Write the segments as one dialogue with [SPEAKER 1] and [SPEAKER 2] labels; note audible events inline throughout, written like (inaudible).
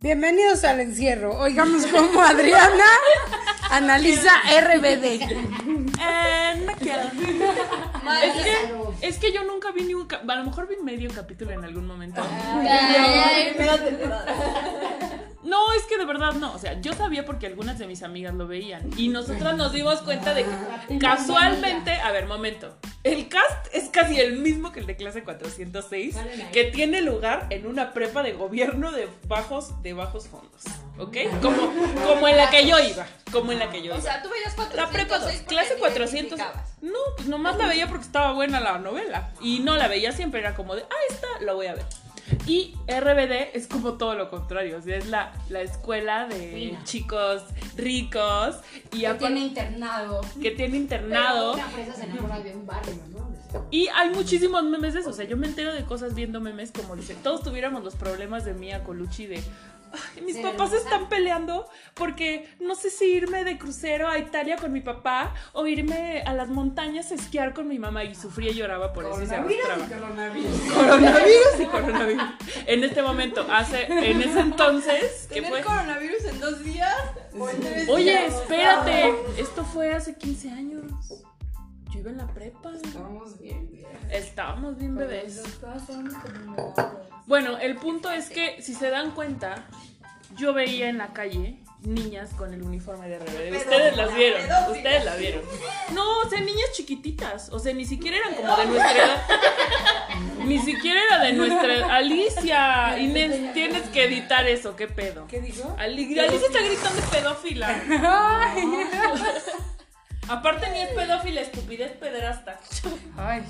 [SPEAKER 1] Bienvenidos al encierro. Oigamos cómo Adriana analiza RBD.
[SPEAKER 2] Eh, no
[SPEAKER 3] (laughs)
[SPEAKER 2] quiero. es, que, es que yo nunca vi ni un cap- A lo mejor vi medio capítulo en algún momento.
[SPEAKER 3] Ah.
[SPEAKER 2] No, es que de verdad no. O sea, yo sabía porque algunas de mis amigas lo veían. Y nosotras nos dimos cuenta de
[SPEAKER 3] Ah,
[SPEAKER 2] que casualmente. A ver, momento. El cast es casi el mismo que el de clase 406, que tiene lugar en una prepa de gobierno de bajos, de bajos fondos. ¿Ok? Como, como en la que yo iba. Como en la que yo
[SPEAKER 3] O
[SPEAKER 2] iba.
[SPEAKER 3] sea, tú veías 400.
[SPEAKER 2] La prepa dos, clase 400. No, pues nomás la veía porque estaba buena la novela. Y no la veía siempre, era como de, ah, esta la voy a ver. Y RBD es como todo lo contrario, o sea, es la, la escuela de
[SPEAKER 4] Fina.
[SPEAKER 2] chicos ricos y
[SPEAKER 4] Ya
[SPEAKER 2] apar-
[SPEAKER 4] tiene internado.
[SPEAKER 2] que tiene internado.
[SPEAKER 4] Una fresa se enamora de un barrio, ¿no?
[SPEAKER 2] Y hay muchísimos memes de eso. O sea, yo me entero de cosas viendo memes como dice, todos tuviéramos los problemas de Mia Colucci de. "Ay, mis
[SPEAKER 4] De
[SPEAKER 2] papás
[SPEAKER 4] hermosa.
[SPEAKER 2] están peleando porque no sé si irme de crucero a Italia con mi papá o irme a las montañas a esquiar con mi mamá y sufría y lloraba por eso y se arrastraba. Coronavirus y coronavirus. En este momento, hace, en ese entonces, que
[SPEAKER 3] ¿Tener
[SPEAKER 2] fue?
[SPEAKER 3] coronavirus en dos días? o en tres
[SPEAKER 2] Oye,
[SPEAKER 3] días?
[SPEAKER 2] espérate, esto fue hace 15 años. Yo iba en la prepa.
[SPEAKER 4] Vamos bien.
[SPEAKER 2] Estábamos bien bebés.
[SPEAKER 4] Pero
[SPEAKER 2] Bueno, el punto es que, si se dan cuenta, yo veía en la calle niñas con el uniforme de rebelde. Ustedes las vieron,
[SPEAKER 3] pedófilas.
[SPEAKER 2] ustedes la vieron. No, o sea, niñas chiquititas. O sea, ni siquiera eran como de nuestra edad. Ni siquiera era de nuestra edad. Alicia, Inés, tienes que editar eso, qué pedo.
[SPEAKER 1] ¿Qué dijo?
[SPEAKER 2] Ali- Alicia está gritando pedófila.
[SPEAKER 1] Ay.
[SPEAKER 2] Aparte ni es pedófila, estupidez pederasta.
[SPEAKER 1] Ay.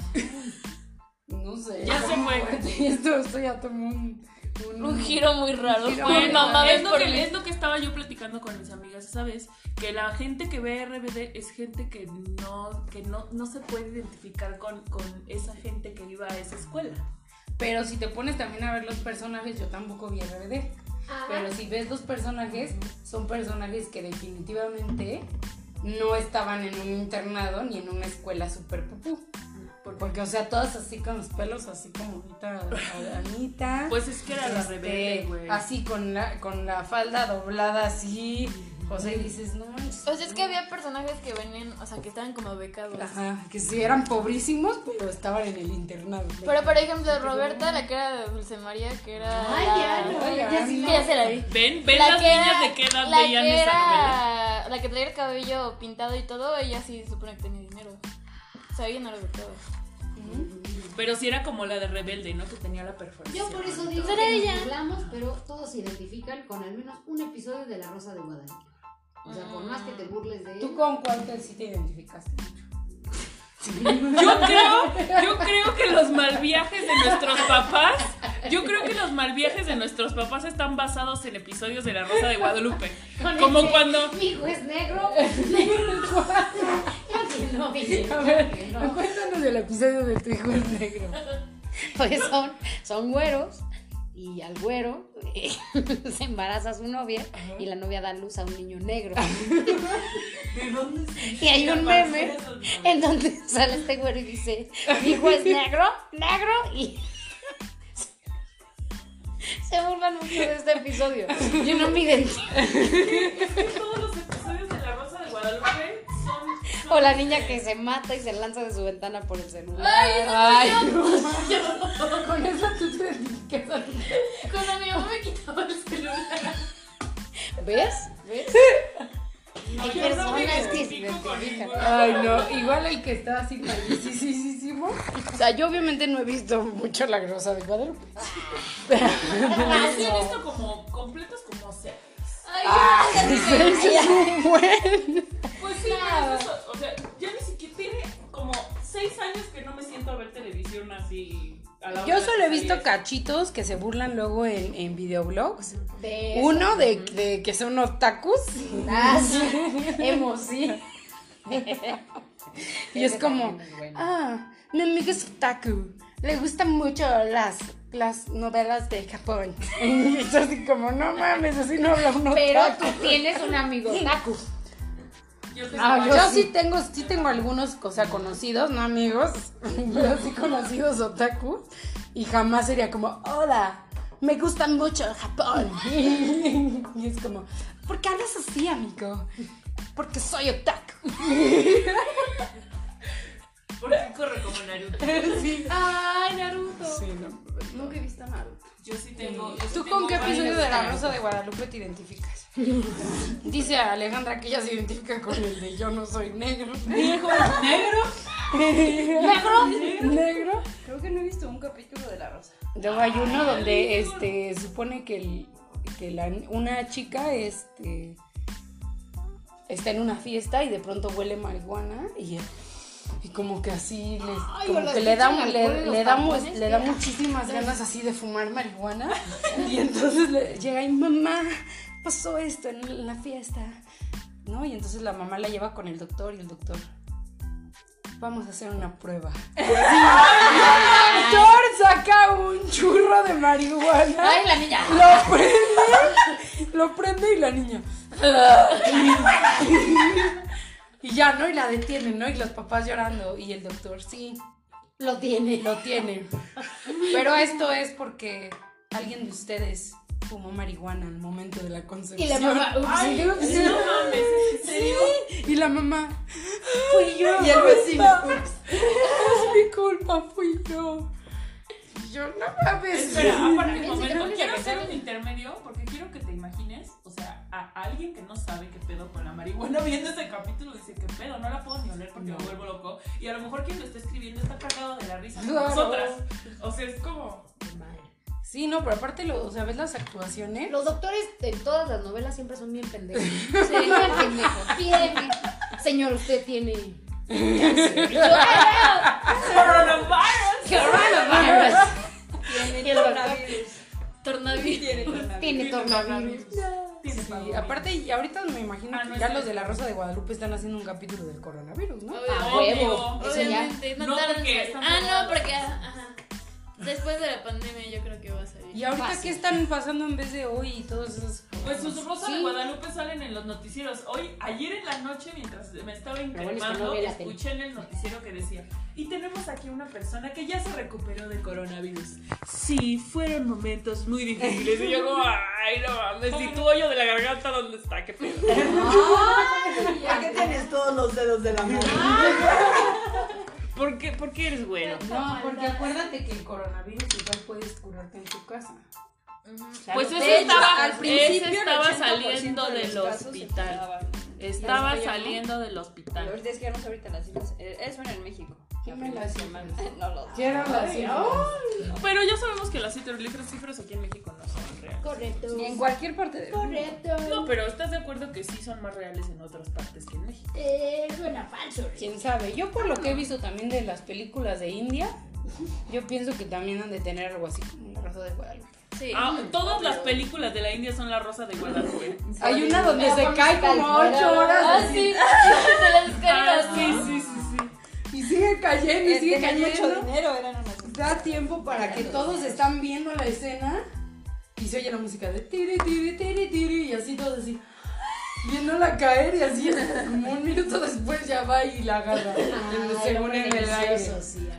[SPEAKER 4] No sé.
[SPEAKER 2] Ya se fue.
[SPEAKER 1] (laughs) Esto, esto ya tomó un. un-
[SPEAKER 5] Un giro muy raro.
[SPEAKER 1] Un giro
[SPEAKER 5] Fue
[SPEAKER 1] muy
[SPEAKER 5] mamá
[SPEAKER 2] es
[SPEAKER 5] ves
[SPEAKER 2] lo,
[SPEAKER 5] por
[SPEAKER 2] que,
[SPEAKER 5] mí.
[SPEAKER 2] es lo que estaba yo platicando con mis amigas esa vez, que la gente que ve RBD es gente que no, que no, no se puede identificar con, con esa gente que iba a esa escuela.
[SPEAKER 1] Pero si te pones también a ver los personajes, yo tampoco vi RBD. Pero si ves los personajes, son personajes que definitivamente no estaban en un internado ni en una escuela super pupú. Porque, o sea, todas así con los pelos, así como ahorita (laughs) Anita.
[SPEAKER 2] Pues es que era la
[SPEAKER 1] Este,
[SPEAKER 2] rebelde, güey.
[SPEAKER 1] Así con la, con la falda doblada así. O sea, y dices, no manches.
[SPEAKER 5] O sea, Pues es que había personajes que venían, o sea, que estaban como becados.
[SPEAKER 1] Ajá, que sí eran pobrísimos, pero estaban en el internado.
[SPEAKER 5] Pero, por ejemplo, Roberta, la que era de Dulce María, que era...
[SPEAKER 4] Ay, ya, no,
[SPEAKER 1] Ay, ya,
[SPEAKER 4] ya
[SPEAKER 5] Sí,
[SPEAKER 4] sí
[SPEAKER 5] que ya se la vi.
[SPEAKER 2] Ven, ven
[SPEAKER 5] La
[SPEAKER 2] las
[SPEAKER 5] que
[SPEAKER 2] niñas
[SPEAKER 5] era-
[SPEAKER 2] de qué edad
[SPEAKER 5] la
[SPEAKER 2] veían
[SPEAKER 5] que
[SPEAKER 2] esa novela.
[SPEAKER 5] era- La que traía el cabello pintado y todo, ella sí se supone que tenía dinero. O sea, ella no lo gustaba.
[SPEAKER 2] Pero sí era como la de rebelde, ¿no? Que tenía la perforación.
[SPEAKER 4] Yo por eso digo que
[SPEAKER 5] Será ella.
[SPEAKER 4] nos burlamos, pero todos se identifican con al menos un episodio de La Rosa de Guadalupe. O sea, por más que te burles de
[SPEAKER 1] Ah. ¿Tú
[SPEAKER 4] él,
[SPEAKER 1] con cuál te- sí te identificaste?
[SPEAKER 2] (laughs) Yo creo, yo creo que los malviajes de nuestros papás, yo creo que los malviajes de nuestros papás están basados en episodios de La Rosa de Guadalupe. Como cuando
[SPEAKER 4] mi hijo es negro, negro igual. no,
[SPEAKER 1] (laughs) A ver, cuéntanos del episodio de tu hijo es negro.
[SPEAKER 6] (laughs) Pues son, son güeros y al güero eh, (laughs) se embaraza su novia y la novia da luz a un niño negro. (laughs) Y hay un meme en donde sale este güero y dice, mi hijo es negro, negro y... (laughs) Se burlan mucho de este episodio. Yo no me identifico.
[SPEAKER 2] todos los episodios de La Rosa de Guadalupe son
[SPEAKER 6] O la niña que se mata y se lanza de su ventana por el celular.
[SPEAKER 1] Ay, con eso tú te identificas.
[SPEAKER 5] Cuando mi mamá me quitaba el celular.
[SPEAKER 6] ¿Ves? ¿Ves? Hay
[SPEAKER 2] yo no me
[SPEAKER 6] personas que se
[SPEAKER 2] identifico con
[SPEAKER 6] identifican.
[SPEAKER 2] ninguna.
[SPEAKER 1] Ay, no, igual el que está así parecidísimo.
[SPEAKER 6] O sea, yo obviamente no he visto mucho la grosa de Guadalupe.
[SPEAKER 1] (laughs)
[SPEAKER 2] Pero sí he visto como completos como series. Pues sí, pero es eso. O sea, ya ni siquiera tiene como seis años que no me siento a ver televisión así. A la hora
[SPEAKER 1] Yo
[SPEAKER 2] de
[SPEAKER 1] solo he visto
[SPEAKER 2] salir.
[SPEAKER 1] cachitos que se burlan luego en, en videoblogs.
[SPEAKER 6] De
[SPEAKER 1] Uno de, de que son otakus.
[SPEAKER 6] hemos, sí.
[SPEAKER 1] Y es como, ah, mi amigo es otaku. Le gustan mucho las, las novelas de Japón. (laughs) Y es así como, no mames, así no habla uno.
[SPEAKER 6] Pero tú tienes un amigo Taku.
[SPEAKER 2] Yo soy
[SPEAKER 1] Ah,
[SPEAKER 2] como-
[SPEAKER 1] yo sí tengo, sí tengo algunos, o sea, conocidos, no (laughs) amigos, pero sí conocidos otaku. Y jamás sería como, hola, me gusta mucho Japón. (laughs) Y es como, ¿por qué hablas así, amigo? Porque soy otaku.
[SPEAKER 3] ¿Por qué corre como Naruto?
[SPEAKER 1] (laughs) Sí.
[SPEAKER 5] Ay, Naruto.
[SPEAKER 1] Sí, no.
[SPEAKER 3] Nunca he visto a Naruto. Yo sí tengo. yo sí
[SPEAKER 1] ¿Tú
[SPEAKER 3] tengo
[SPEAKER 1] con qué
[SPEAKER 3] varios-
[SPEAKER 1] episodio de La
[SPEAKER 2] (laughs)
[SPEAKER 1] Rosa de Guadalupe te identificas? Dice a Alejandra que ella se identifica con el de Yo no soy negro.
[SPEAKER 3] Viejo negro.
[SPEAKER 1] (laughs) ¿Negro? ¿Negro?
[SPEAKER 3] Creo que no he visto un capítulo de La Rosa.
[SPEAKER 1] Luego hay uno donde este supone que, el- que la- una chica este, está en una fiesta y de pronto huele marihuana y, y como que así les- como
[SPEAKER 4] las
[SPEAKER 1] que le da,
[SPEAKER 4] pinchan alcohol en
[SPEAKER 1] le,
[SPEAKER 4] los
[SPEAKER 1] le da mu-
[SPEAKER 4] tampones,
[SPEAKER 1] le da muchísimas ganas así de fumar marihuana (laughs) y entonces le- llega y mamá pasó esto en la fiesta ¿no? y entonces la mamá la lleva con el doctor y el doctor vamos a hacer una prueba doctor saca un churro de marihuana.
[SPEAKER 6] Ay, la niña.
[SPEAKER 1] Lo prende. Lo prende y la niña. Y ya, ¿no? Y la detienen, ¿no? Y los papás llorando. Y el doctor, sí,
[SPEAKER 6] Lo tiene.
[SPEAKER 1] lo tiene. Pero esto es porque alguien de ustedes fumó marihuana al momento de la
[SPEAKER 6] Y
[SPEAKER 1] concepción.
[SPEAKER 6] la mamá. ups,
[SPEAKER 1] Ay,
[SPEAKER 6] ups.
[SPEAKER 1] no mames, ¿en serio? Y la mamá, fui yo.
[SPEAKER 3] Y el vecino,
[SPEAKER 1] ups, Es mi culpa, fui yo. Y Yo no mames.
[SPEAKER 2] Espera, aparte un
[SPEAKER 4] También si te
[SPEAKER 2] momento,
[SPEAKER 4] pones a
[SPEAKER 2] quiero
[SPEAKER 4] pensar
[SPEAKER 2] hacer un
[SPEAKER 4] en-
[SPEAKER 2] intermedio porque quiero que te imagines, o sea, a alguien que no sabe qué pedo con la marihuana (laughs) viendo este capítulo dice qué pedo, no la puedo ni oler porque me vuelvo loco. Y a lo mejor quien lo está escribiendo está cargado de la risa como
[SPEAKER 1] Claro.
[SPEAKER 2] nosotras. O sea, es como.
[SPEAKER 1] Sí, no, pero aparte, lo, o sea, ves las actuaciones.
[SPEAKER 6] Los doctores en todas las novelas siempre son bien pendejos. Sí, bien pendejos. Bien, bien. Señor, usted tiene.
[SPEAKER 2] ¡Coronavirus!
[SPEAKER 6] Coronavirus.
[SPEAKER 3] Tiene
[SPEAKER 6] Y el doctor.
[SPEAKER 3] coronavirus.
[SPEAKER 5] Tornaví.
[SPEAKER 3] Tiene coronavirus.
[SPEAKER 6] Tiene tornavirus.
[SPEAKER 2] Tiene
[SPEAKER 1] Sí,
[SPEAKER 2] pavor.
[SPEAKER 1] aparte, y ahorita me imagino
[SPEAKER 2] Ah,
[SPEAKER 1] que
[SPEAKER 2] no,
[SPEAKER 1] ya
[SPEAKER 2] es-
[SPEAKER 1] los de la Rosa de Guadalupe están haciendo un capítulo del coronavirus, ¿no?
[SPEAKER 5] Obvio.
[SPEAKER 6] A huevo.
[SPEAKER 2] Obvio.
[SPEAKER 6] Eso ya.
[SPEAKER 5] Ah, Obviamente, no,
[SPEAKER 2] No,
[SPEAKER 5] tardan en
[SPEAKER 2] porque
[SPEAKER 5] salir.
[SPEAKER 2] están
[SPEAKER 5] Ah, no,
[SPEAKER 2] probando.
[SPEAKER 5] porque ajá. después de la pandemia yo creo que va a salir.
[SPEAKER 1] Y ahorita,
[SPEAKER 6] Fácil.
[SPEAKER 1] ¿qué están pasando en vez de hoy y todos esos.
[SPEAKER 2] Pues sus rosas de
[SPEAKER 6] Sí.
[SPEAKER 2] Guadalupe salen en los noticieros. Hoy, ayer en la noche, mientras me estaba
[SPEAKER 6] bueno es que no
[SPEAKER 2] enfermando,
[SPEAKER 6] ve la tele.
[SPEAKER 2] escuché en el noticiero que decía, y tenemos aquí una persona que ya se recuperó de coronavirus. Sí, fueron momentos muy difíciles. Y yo como, ay, no mames, y tu hoyo de la garganta, ¿dónde está? ¿Qué pedo?
[SPEAKER 3] ¿Por qué tienes todos los dedos de la mano?
[SPEAKER 2] ¿Por qué, por qué eres bueno?
[SPEAKER 1] No, porque acuérdate que el coronavirus igual puedes curarte en tu casa.
[SPEAKER 2] Pues
[SPEAKER 1] de
[SPEAKER 2] eso
[SPEAKER 1] hecho,
[SPEAKER 2] estaba,
[SPEAKER 1] al principio,
[SPEAKER 2] ese
[SPEAKER 1] el
[SPEAKER 2] estaba
[SPEAKER 1] 80%
[SPEAKER 2] saliendo
[SPEAKER 1] de
[SPEAKER 2] del
[SPEAKER 1] los casos
[SPEAKER 2] hospital.
[SPEAKER 3] Ya
[SPEAKER 2] Estaba
[SPEAKER 3] se llama.
[SPEAKER 2] saliendo del hospital.
[SPEAKER 3] Ahorita es que no sé ahorita las cifras. Eh, Eso en el México.
[SPEAKER 1] ¿Qué
[SPEAKER 3] La
[SPEAKER 1] me
[SPEAKER 3] primera
[SPEAKER 1] las
[SPEAKER 3] semana. No lo sé.
[SPEAKER 1] Quiero las
[SPEAKER 2] Pero ya sabemos que las cifras, las cifras aquí en México no son reales.
[SPEAKER 4] Correcto.
[SPEAKER 3] Ni en cualquier parte del mundo.
[SPEAKER 4] Correcto.
[SPEAKER 2] No, pero ¿estás de acuerdo que sí son más reales en otras partes que en México?
[SPEAKER 4] Eh, suena falso.
[SPEAKER 1] Quién sabe. Yo, por lo que he visto también de las películas de India, yo pienso que también han de tener algo así como la Rosa de Guadalupe.
[SPEAKER 5] Sí.
[SPEAKER 2] Ah, todas las películas de la India son La Rosa de Guadalupe.
[SPEAKER 5] (laughs)
[SPEAKER 1] Hay una donde se cae como
[SPEAKER 4] musical.
[SPEAKER 1] 8 horas.
[SPEAKER 5] Ah,
[SPEAKER 1] así,
[SPEAKER 5] sí. De las escaleras.
[SPEAKER 2] Ah,
[SPEAKER 5] ¿no?
[SPEAKER 2] sí, sí, sí, sí.
[SPEAKER 1] Y sigue cayendo y
[SPEAKER 3] Eh,
[SPEAKER 1] sigue
[SPEAKER 3] tenían mucho
[SPEAKER 1] cayendo.
[SPEAKER 3] dinero, eran unas.
[SPEAKER 1] Da tiempo para que todos están viendo la escena y se oye la música de tiri, tiri, tiri, tiri, y así todos así. Viéndola caer y así como un minuto después ya va y la agarra. según en el aire.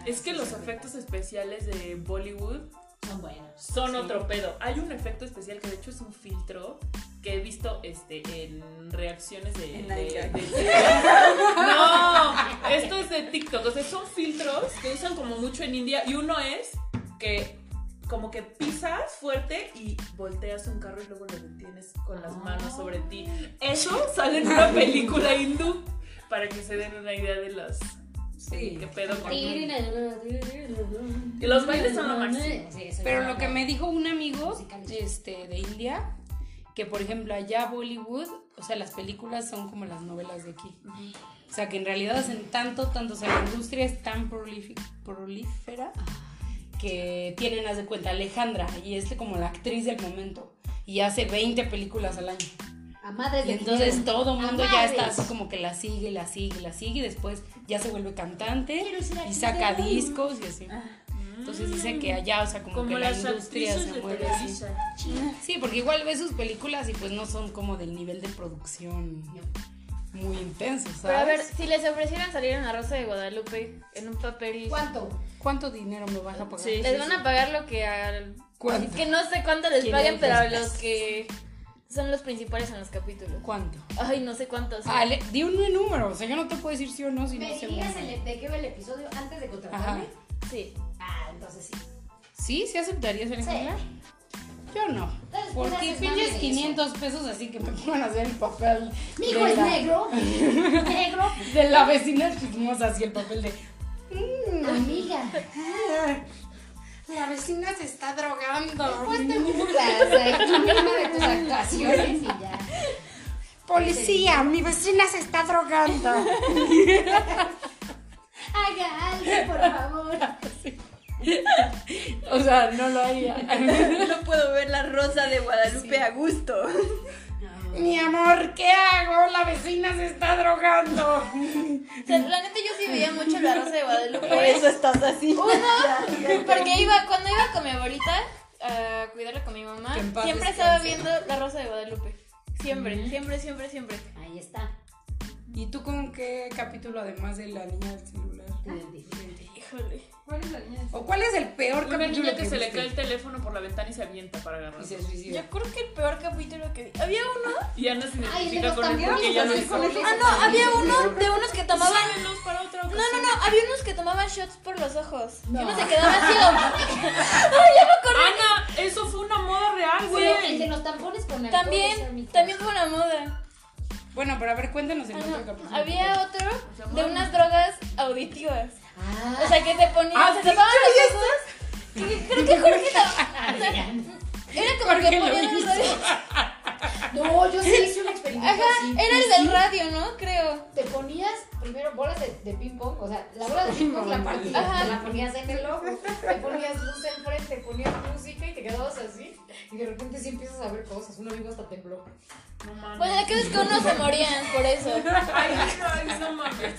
[SPEAKER 2] Es que los efectos especiales de Bollywood
[SPEAKER 4] son buenos.
[SPEAKER 2] son otro pedo. Hay un efecto especial que de hecho es un filtro que he visto este en reacciones de,
[SPEAKER 3] En
[SPEAKER 2] de-
[SPEAKER 3] Nike.
[SPEAKER 2] de- (laughs) No, esto es de TikTok, o sea, son filtros que usan como mucho en India y uno es que como que pisas fuerte y volteas un carro y luego lo detienes con las manos sobre ti. Eso sale en una película hindú para que se den una idea de los
[SPEAKER 1] Sí.
[SPEAKER 2] qué pedo con
[SPEAKER 6] Y
[SPEAKER 2] Y los bailes son lo máximo.
[SPEAKER 1] Pero lo que me dijo un amigo
[SPEAKER 4] Musicales.
[SPEAKER 1] este, de India, que por ejemplo allá Bollywood, o sea, las películas son como las novelas de aquí. O sea, que en realidad hacen tanto, tanto, o sea, la industria es tan prolifi- prolífera que tienen, haz de cuenta, Alejandra, y es como la actriz del momento, y hace 20 películas al año.
[SPEAKER 4] A madres
[SPEAKER 1] Y
[SPEAKER 4] de
[SPEAKER 1] entonces
[SPEAKER 4] dinero.
[SPEAKER 1] todo el
[SPEAKER 4] A
[SPEAKER 1] mundo ya está
[SPEAKER 4] madres.
[SPEAKER 1] así como que la sigue, la sigue, la sigue, y después ya se vuelve cantante
[SPEAKER 4] Quiero ser
[SPEAKER 1] y
[SPEAKER 4] actriz
[SPEAKER 1] saca
[SPEAKER 4] de-
[SPEAKER 1] discos y así. Entonces dice que allá, o sea, como,
[SPEAKER 2] como
[SPEAKER 1] que la
[SPEAKER 2] las
[SPEAKER 1] industria
[SPEAKER 2] actrices
[SPEAKER 1] se
[SPEAKER 2] de
[SPEAKER 1] mueve así.
[SPEAKER 2] Televisa.
[SPEAKER 1] Sí, porque igual ves sus películas y pues no son como del nivel de producción muy intenso, ¿sabes?
[SPEAKER 5] Pero a ver, si les ofrecieran salir en la Rosa de Guadalupe en un papel,
[SPEAKER 4] ¿Cuánto?
[SPEAKER 1] ¿cuánto dinero me vas a pagar?
[SPEAKER 2] Sí.
[SPEAKER 5] les van a pagar lo que al
[SPEAKER 1] ¿Cuánto?
[SPEAKER 5] Es que no sé cuánto les
[SPEAKER 1] 500
[SPEAKER 5] paguen, pero
[SPEAKER 1] pesos.
[SPEAKER 5] los que son los principales en los capítulos.
[SPEAKER 1] ¿Cuánto?
[SPEAKER 5] Ay, no sé cuántos.
[SPEAKER 1] Ah, le- di un número, o sea, yo no te puedo decir sí o no si no
[SPEAKER 4] Me
[SPEAKER 1] sé.
[SPEAKER 4] digas el- de qué va el episodio antes de contratarme.
[SPEAKER 1] Ajá.
[SPEAKER 5] Sí.
[SPEAKER 4] Ah, entonces sí.
[SPEAKER 1] ¿Sí? ¿Sí aceptarías el
[SPEAKER 4] Sí.
[SPEAKER 1] ejemplar? Yo no.
[SPEAKER 4] Entonces, pues,
[SPEAKER 1] Porque
[SPEAKER 4] haces mami de
[SPEAKER 1] pinches
[SPEAKER 4] eso.
[SPEAKER 1] 500 pesos así que me pongan a hacer el papel.
[SPEAKER 4] Mi hijo
[SPEAKER 1] de
[SPEAKER 4] es
[SPEAKER 1] la- (laughs)
[SPEAKER 4] negro. negro.
[SPEAKER 1] De la vecina chismosa, así el papel de. "Mm,
[SPEAKER 4] Amiga.
[SPEAKER 1] La vecina se está drogando.
[SPEAKER 4] Después te burlas aquí mismo de tus actuaciones y ya.
[SPEAKER 1] Policía, mi vecina se está drogando.
[SPEAKER 4] Haga algo, por favor.
[SPEAKER 1] (laughs) O sea, no lo haría.
[SPEAKER 7] No puedo ver la rosa de Guadalupe a gusto.
[SPEAKER 1] Mi amor, ¿qué hago? La vecina se está drogando.
[SPEAKER 5] O sea, la neta yo sí veía mucho la Rosa de Guadalupe.
[SPEAKER 7] Por eso estás así.
[SPEAKER 5] Porque iba, cuando iba con mi abuelita a cuidarla con mi mamá,
[SPEAKER 1] Que en paz
[SPEAKER 5] siempre
[SPEAKER 1] descanse.
[SPEAKER 5] estaba viendo la Rosa de Guadalupe. Siempre, siempre, siempre, siempre.
[SPEAKER 4] Ahí está.
[SPEAKER 1] ¿Y tú con qué capítulo además de la niña del celular?
[SPEAKER 4] Te identifico.
[SPEAKER 5] Híjole.
[SPEAKER 7] ¿Cuál es la niña?
[SPEAKER 1] ¿O cuál es el peor
[SPEAKER 2] Una
[SPEAKER 1] capítulo
[SPEAKER 2] niña que se le
[SPEAKER 1] viste?
[SPEAKER 2] cae el teléfono por la ventana y se avienta para agarrarlo.
[SPEAKER 1] y se suicida?
[SPEAKER 5] Yo creo que el peor capítulo que vi. Había
[SPEAKER 7] (laughs)
[SPEAKER 5] uno.
[SPEAKER 2] Y Ana se
[SPEAKER 4] Ay, el de
[SPEAKER 2] identifica
[SPEAKER 4] los
[SPEAKER 2] con él porque
[SPEAKER 4] tambores.
[SPEAKER 2] ella lo
[SPEAKER 4] así
[SPEAKER 2] hizo.
[SPEAKER 4] con eso.
[SPEAKER 5] Ah, no, había uno de unos que tomaban.
[SPEAKER 2] Sábenlos para otra
[SPEAKER 5] No,
[SPEAKER 2] ocasión.
[SPEAKER 5] no, no, había unos que tomaban shots por los ojos. Y uno se quedaba así. (laughs) Ay, ya me
[SPEAKER 7] Ah,
[SPEAKER 5] acordé.
[SPEAKER 2] Ana, eso fue una moda real,
[SPEAKER 4] Pero el de
[SPEAKER 2] güey.
[SPEAKER 4] los tampones con alcohol es
[SPEAKER 5] También,
[SPEAKER 4] amigo.
[SPEAKER 5] también fue una moda.
[SPEAKER 1] Bueno, pero a ver, cuéntanos el
[SPEAKER 5] Ah,
[SPEAKER 1] otro
[SPEAKER 5] no,
[SPEAKER 1] capítulo.
[SPEAKER 5] Había otro de unas drogas auditivas.
[SPEAKER 4] Ah, (laughs)
[SPEAKER 5] O sea, que te ponían,
[SPEAKER 1] Ah,
[SPEAKER 5] se
[SPEAKER 1] ¿sí
[SPEAKER 5] tapaban los ojos. Que- Creo que Jorge la- o sea, Era como
[SPEAKER 1] Jorge
[SPEAKER 5] que
[SPEAKER 1] lo
[SPEAKER 5] ponían el
[SPEAKER 1] hizo.
[SPEAKER 5] radio.
[SPEAKER 4] no, yo sí hice un experimento
[SPEAKER 5] Ajá,
[SPEAKER 4] así.
[SPEAKER 5] era el del radio, ¿no? Creo.
[SPEAKER 4] Te ponías primero bolas de, de ping pong, o sea, la bola de ping pong la partías,
[SPEAKER 5] Ajá.
[SPEAKER 4] te la ponías en el ojo, te ponías luz enfrente, te ponías música y te quedabas así. Y de repente sí empiezas a ver cosas, un amigo hasta tembló.
[SPEAKER 2] No
[SPEAKER 5] Bueno,
[SPEAKER 2] mames.
[SPEAKER 5] la cosa es que unos se morían por eso.
[SPEAKER 2] Ay, no, ay, no mames.